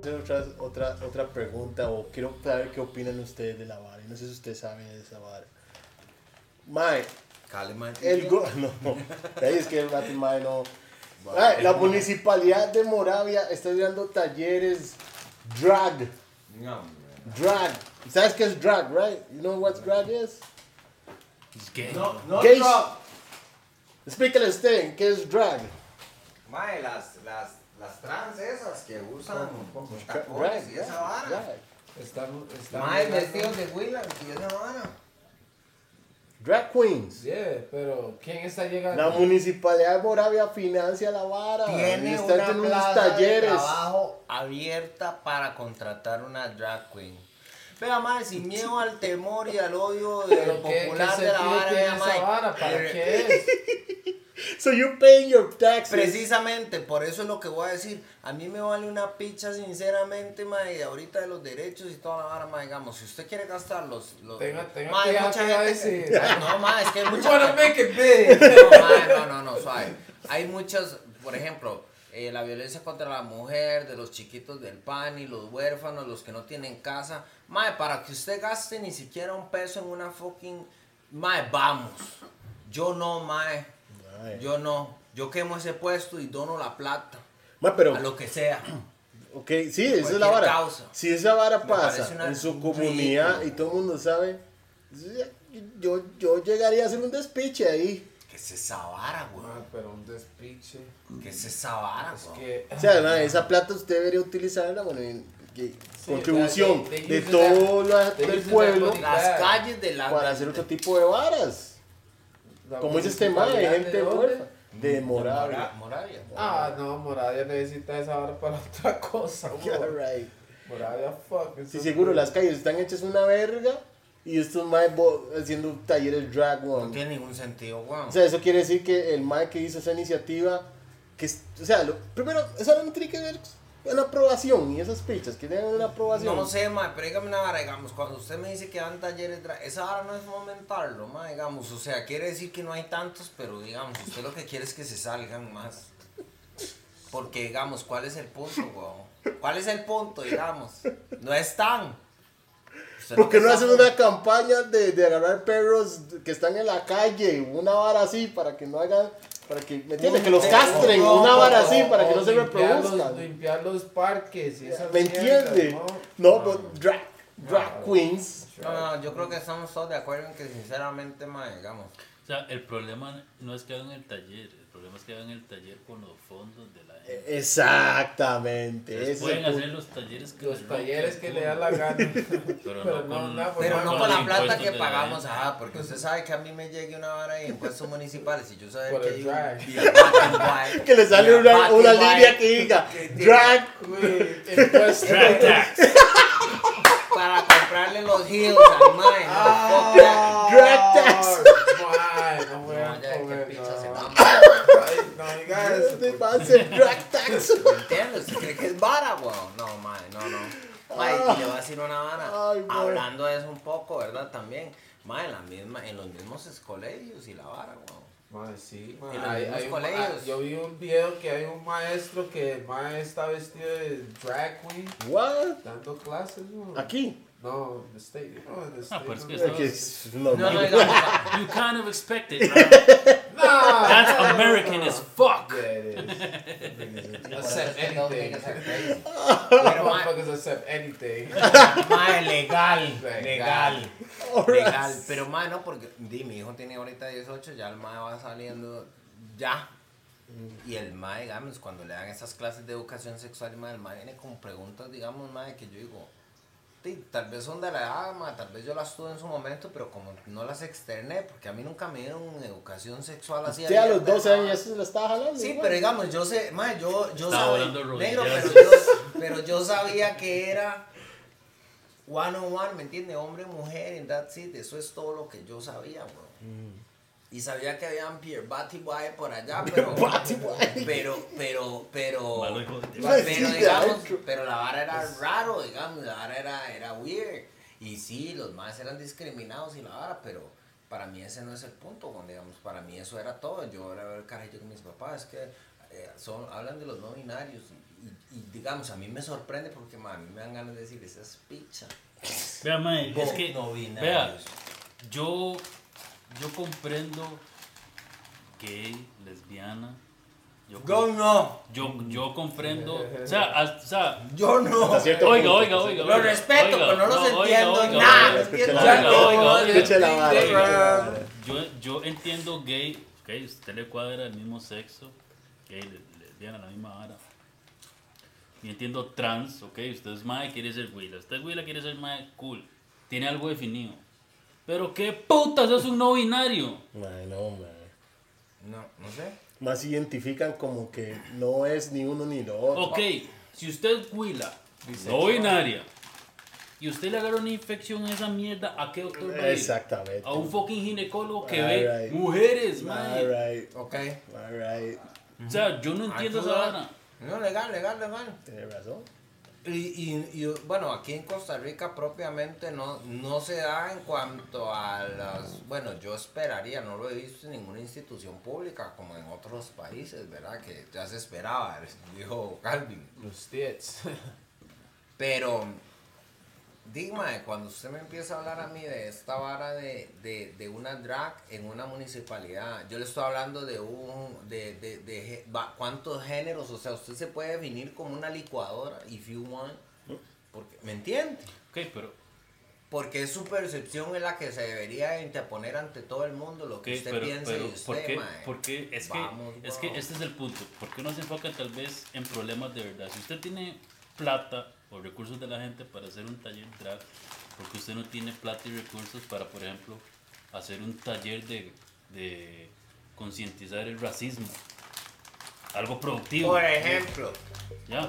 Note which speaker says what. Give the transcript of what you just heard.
Speaker 1: hacer otra, otra, otra pregunta o quiero saber qué opinan ustedes de la vara. No sé si ustedes saben de esa vara. Mae,
Speaker 2: Calma.
Speaker 1: el go no, no. Ahí es que el Latin Mae no. Mae, la municipalidad de Moravia está dando talleres drag.
Speaker 2: No, hombre.
Speaker 1: Drag. ¿Sabes qué es drag, right? You know what drag is?
Speaker 3: Es que
Speaker 4: No, no,
Speaker 1: ¿Qué
Speaker 4: drop.
Speaker 1: Explícale usted, ¿qué es drag?
Speaker 2: Mae, las, las, las trans esas que usan con
Speaker 1: Drag,
Speaker 2: tacones y esa
Speaker 1: drag,
Speaker 2: vara.
Speaker 1: drag.
Speaker 4: Están, están
Speaker 2: Mae, vestidos de Willan y esa vara.
Speaker 1: Drag queens.
Speaker 4: Yeah, pero ¿quién está llegando?
Speaker 1: La municipalidad de Moravia financia la
Speaker 4: Ah,
Speaker 1: vara. y
Speaker 5: Tiene
Speaker 1: está
Speaker 5: una
Speaker 1: en unos
Speaker 5: plaza de
Speaker 1: talleres.
Speaker 5: trabajo abierta para contratar una drag queen. Pero más sin miedo al temor y al odio de
Speaker 4: ¿Pero
Speaker 5: lo
Speaker 4: qué, qué
Speaker 5: popular de la
Speaker 4: sentido
Speaker 5: vara,
Speaker 4: tiene
Speaker 5: ya,
Speaker 4: esa
Speaker 5: mae. Eh,
Speaker 4: vara? ¿Para qué es?
Speaker 1: So you're paying your taxes.
Speaker 5: Precisamente, por eso es lo que voy a decir. A mí me vale una picha, sinceramente, mae, ahorita de los derechos y toda la vara, mae, digamos, si usted quiere gastar los... los
Speaker 4: Tenga- tenga
Speaker 5: Mae,
Speaker 4: cuidado
Speaker 5: mucha
Speaker 4: que va a
Speaker 5: gente-
Speaker 4: decir.
Speaker 5: No, mae, es que hay
Speaker 4: We
Speaker 5: mucha
Speaker 4: wanna make it big.
Speaker 5: No, mae, no, no, no, suave. Hay muchas, por ejemplo, eh, la violencia contra la mujer, de los chiquitos del pan y los huérfanos, los que no tienen casa. Mae, para que usted gaste ni siquiera un peso en una fucking. Mae, vamos. Yo no, mae.
Speaker 1: Mae.
Speaker 5: Yo no. Yo quemo ese puesto y dono la plata.
Speaker 1: Mae, pero
Speaker 5: A lo que sea.
Speaker 1: Ok, sí, esa es la
Speaker 5: cualquier
Speaker 1: vara.
Speaker 5: causa.
Speaker 1: Si esa vara
Speaker 5: Me
Speaker 1: pasa
Speaker 5: parece una
Speaker 1: en su comunidad
Speaker 5: ridícula.
Speaker 1: y todo el mundo sabe, yo, yo llegaría a hacer un despiche ahí.
Speaker 5: Que se sabara,
Speaker 4: Ah,
Speaker 5: weón.
Speaker 4: pero un despiche.
Speaker 5: Que se sabara,
Speaker 4: Es
Speaker 5: weón.
Speaker 4: que.
Speaker 1: O sea, mae, esa plata usted debería utilizarla, bueno, en- que- contribución
Speaker 4: o sea, they-
Speaker 1: de
Speaker 4: they use
Speaker 1: todo
Speaker 4: that-
Speaker 1: la-
Speaker 4: they
Speaker 1: el
Speaker 4: use that
Speaker 1: pueblo
Speaker 4: money
Speaker 5: Las calles de la.
Speaker 1: para hacer otro tipo de varas.
Speaker 4: La
Speaker 1: Como dice este mae,
Speaker 4: municipalidad,
Speaker 1: gente
Speaker 4: ¿de dónde?
Speaker 1: huérfana. De Moravia.
Speaker 5: Moravia.
Speaker 4: Ah, no, Moravia necesita esa vara para otra cosa,
Speaker 1: Yeah,
Speaker 4: bro.
Speaker 1: right.
Speaker 4: Moravia, fuck.
Speaker 1: Sí,
Speaker 4: eso-
Speaker 1: seguro, las calles están hechas una verga y estos maes bo- haciendo talleres drag,
Speaker 5: No
Speaker 1: one.
Speaker 5: tiene ningún sentido, weón.
Speaker 1: O sea, eso quiere decir que el MAE que hizo esa iniciativa, que, es- o sea, lo- primero, eso no tiene que ver con la aprobación y esas pichas, que tienen una aprobación.
Speaker 5: No sé, ma, pero dígame una vara, digamos, cuando usted me dice que dan talleres, dra- esa vara no es fomentarlo, ma, digamos, o sea, quiere decir que no hay tantos, pero digamos, usted lo que quiere es que se salgan más. Porque, digamos, ¿cuál es el punto, weón? ¿Cuál es el punto, digamos? No están. Usted
Speaker 1: ¿Por qué no
Speaker 5: está
Speaker 1: hacen
Speaker 5: fom-
Speaker 1: una campaña de, de agarrar perros que están en la calle, una vara así, para que no hagan, para que, ¿me entiendes? Que los
Speaker 5: perro,
Speaker 1: castren,
Speaker 5: no,
Speaker 1: una vara así,
Speaker 4: O-
Speaker 1: para que
Speaker 4: o
Speaker 1: no se
Speaker 4: limpiar los-
Speaker 1: reproduzcan.
Speaker 4: Limpiar los parques y esas
Speaker 1: ¿Me
Speaker 4: mierdas,
Speaker 1: entiende?
Speaker 4: ¿no?
Speaker 1: No, pero drag, drag
Speaker 4: No.
Speaker 1: queens.
Speaker 5: No, no, yo creo que estamos todos de acuerdo en que, sinceramente, ma, digamos,
Speaker 3: O sea, el problema no es que hagan el taller, el problema es que hagan el taller con los fondos de la gente.
Speaker 1: Exactamente.
Speaker 3: Entonces,
Speaker 1: ese es el
Speaker 3: pueden
Speaker 1: punto.
Speaker 3: hacer los talleres que
Speaker 4: Los
Speaker 3: les
Speaker 4: talleres
Speaker 3: ronquen
Speaker 4: que
Speaker 3: el
Speaker 4: le
Speaker 3: culo,
Speaker 4: dan la gana.
Speaker 3: Pero
Speaker 4: pero
Speaker 3: no
Speaker 4: no,
Speaker 3: con,
Speaker 4: no, pues
Speaker 5: Pero no con la
Speaker 3: los
Speaker 5: plata
Speaker 3: impuestos
Speaker 5: que
Speaker 3: de la
Speaker 5: pagamos,
Speaker 3: gente.
Speaker 5: ajá, porque usted sabe que a mí me llegue una vara de impuestos municipales y yo sabe
Speaker 4: Por
Speaker 5: que
Speaker 4: el
Speaker 5: hay un-
Speaker 4: drag.
Speaker 5: y el Bat and
Speaker 1: Que le
Speaker 5: y
Speaker 1: sale
Speaker 5: el
Speaker 1: una,
Speaker 5: Bat
Speaker 1: una
Speaker 5: and White.
Speaker 1: línea que diga drag
Speaker 4: Impuestos.
Speaker 3: Drag tax.
Speaker 5: para comprarle los heels al mae. ¿no?
Speaker 4: Ah, Oh,
Speaker 5: Fuck
Speaker 1: Drag
Speaker 5: that.
Speaker 1: tax.
Speaker 4: Ay, no voy a
Speaker 5: No, ya, qué
Speaker 4: comer,
Speaker 5: picha se
Speaker 4: no.
Speaker 5: va.
Speaker 4: Ay, no diga eso.
Speaker 1: Este va a ser drag tax.
Speaker 5: ¿Me entiendes? ¿Usted cree que es vara, weón? No, mae, no, no. Mae, y le voy a decir una vara.
Speaker 1: Ay, mae.
Speaker 5: Hablando de eso un poco, ¿verdad? También, mae, en, la misma, en los mismos colegios y la vara, weón.
Speaker 4: Mae, sí, mae,
Speaker 5: Y los
Speaker 4: hay-
Speaker 5: mismos
Speaker 4: hay un-
Speaker 5: colegios.
Speaker 4: ah, yo vi un video que hay un maestro que el mae está vestido de drag queen
Speaker 1: What?
Speaker 4: dando clases, ¿no?
Speaker 1: Aquí.
Speaker 4: No, en el state, no, en el state.
Speaker 3: pero es que
Speaker 4: no.
Speaker 3: eso-
Speaker 1: Aquí es lo
Speaker 5: No, no,
Speaker 1: mismo.
Speaker 5: digamos,
Speaker 3: You kind of expect it, right?
Speaker 4: Nah.
Speaker 3: That's American as fuck.
Speaker 4: Yeah, it is. accept
Speaker 5: Those
Speaker 4: anything.
Speaker 5: niggas are crazy.
Speaker 4: Pero
Speaker 5: Pero, mae,
Speaker 4: motherfuckers accept anything.
Speaker 5: Mae, legal,
Speaker 4: Legal.
Speaker 5: legal,
Speaker 1: Alright.
Speaker 5: legal. Pero mae, no, porque di, mi hijo tiene ahorita 18, ya el mae va saliendo, ya. Y el mae, digamos, cuando le dan esas clases de educación sexual, mae, el mae viene con preguntas, digamos, mae, que yo digo, "Di, tal vez son de la edad, mae, tal vez yo las tuve en su momento, pero como no las externé, porque a mí nunca me dieron educación sexual así.
Speaker 1: Usted a los
Speaker 5: abierta,
Speaker 1: 12
Speaker 5: mae.
Speaker 1: años ya se la estaba jalando.
Speaker 5: Sí,
Speaker 1: igual.
Speaker 5: pero digamos, yo sé, mae, yo, yo
Speaker 3: Estaba
Speaker 5: sabía,
Speaker 3: hablando
Speaker 5: negro, pero
Speaker 3: rodillazos.
Speaker 5: yo, pero yo sabía que era one on one, ¿me entiendes? Hombre, mujer, and that's it, eso es todo lo que yo sabía, weón. Y sabía que habían Pierre Batty White por allá, pero,
Speaker 1: Batty White.
Speaker 5: pero, pero, pero,
Speaker 3: Malo hijo de-
Speaker 5: pero,
Speaker 1: Sí,
Speaker 5: digamos,
Speaker 1: adentro.
Speaker 5: pero la vara era raro, digamos, la vara era, era weird. Y sí, los más eran discriminados y la vara, pero para mí ese no es el punto, weón, digamos, para mí eso era todo. Yo era el carajillo con mis papás, es que eh, son, hablan de los no binarios y, y- y, digamos, a mí me sorprende porque ma, a mí me dan ganas de decir, esa es picha.
Speaker 3: Vea, mae, es
Speaker 5: Bo-
Speaker 3: que.
Speaker 5: no
Speaker 3: vea,
Speaker 5: binarios.
Speaker 3: yo. Yo comprendo. Gay, lesbiana. Yo,
Speaker 5: Yo no,
Speaker 3: yo, yo comprendo. o sea, hasta- o sea,
Speaker 5: yo no.
Speaker 1: Hasta cierto
Speaker 3: oiga,
Speaker 1: punto,
Speaker 3: oiga,
Speaker 1: hasta
Speaker 3: oiga.
Speaker 5: Lo
Speaker 3: oiga,
Speaker 5: respeto,
Speaker 3: oiga,
Speaker 5: pero no los
Speaker 3: oiga,
Speaker 5: entiendo
Speaker 3: oiga,
Speaker 5: nada.
Speaker 3: oiga.
Speaker 1: oiga, escuche Ah, la
Speaker 5: Ya
Speaker 3: vara,
Speaker 5: no,
Speaker 3: oiga,
Speaker 5: no,
Speaker 3: oiga,
Speaker 5: no,
Speaker 1: escuche la
Speaker 5: no,
Speaker 1: vara,
Speaker 5: no,
Speaker 1: escuche la
Speaker 5: no.
Speaker 1: vara.
Speaker 3: Yo, yo entiendo gay, ok, usted le cuadra el mismo sexo, gay, le- lesbiana, la misma vara. Y entiendo trans, ok, usted es mae, quiere ser huila, usted es huila, quiere ser mae, cool, tiene algo definido. Pero qué putas es un no binario.
Speaker 1: Mae, no, mae.
Speaker 5: No, no sé.
Speaker 1: Más se identifican como que no es ni uno ni lo otro.
Speaker 3: Ok, si usted es huila, no binaria, y usted le agarra una infección a esa mierda, ¿a qué doctor va a ir?
Speaker 1: Exactamente.
Speaker 3: A un fucking ginecólogo que ve
Speaker 1: Alright.
Speaker 3: mujeres, mae.
Speaker 1: Alright,
Speaker 5: Ok.
Speaker 1: alright.
Speaker 3: O sea, yo no entiendo esa
Speaker 5: Ayuda.
Speaker 3: vara.
Speaker 5: No, legal, legal, legal.
Speaker 1: Tienes razón.
Speaker 5: Y, y- y, bueno, aquí en Costa Rica propiamente no, no se da en cuanto a las... Bueno, yo esperaría, no lo he visto en ninguna institución pública como en otros países, ¿verdad? Que ya se esperaba, dijo Calvin.
Speaker 4: Los tits.
Speaker 5: Pero, Digma, cuando usted me empieza a hablar a mí de esta vara de, de, de una drag en una municipalidad, yo le estoy hablando de un. De, de, de gé- va- cuántos géneros, o sea, usted se puede definir como una licuadora, if you want. Porque, ¿Me entiende?
Speaker 3: Ok, pero
Speaker 5: Porque es su percepción es la que se debería interponer ante todo el mundo, lo que
Speaker 3: Ok,
Speaker 5: usted
Speaker 3: pero,
Speaker 5: piensa
Speaker 3: pero
Speaker 5: y usted,
Speaker 3: ¿por qué?
Speaker 5: mae.
Speaker 3: ¿Por qué? Es, que,
Speaker 5: Vamos,
Speaker 3: es que
Speaker 5: wow.
Speaker 3: este es el punto. ¿Por qué no se enfoca tal vez en problemas de verdad? Si usted tiene plata o recursos de la gente para hacer un taller drag, porque usted no tiene plata y recursos para, por ejemplo, hacer un taller de, de concientizar el racismo. Algo productivo.
Speaker 5: Por ejemplo,
Speaker 3: ¿Ya?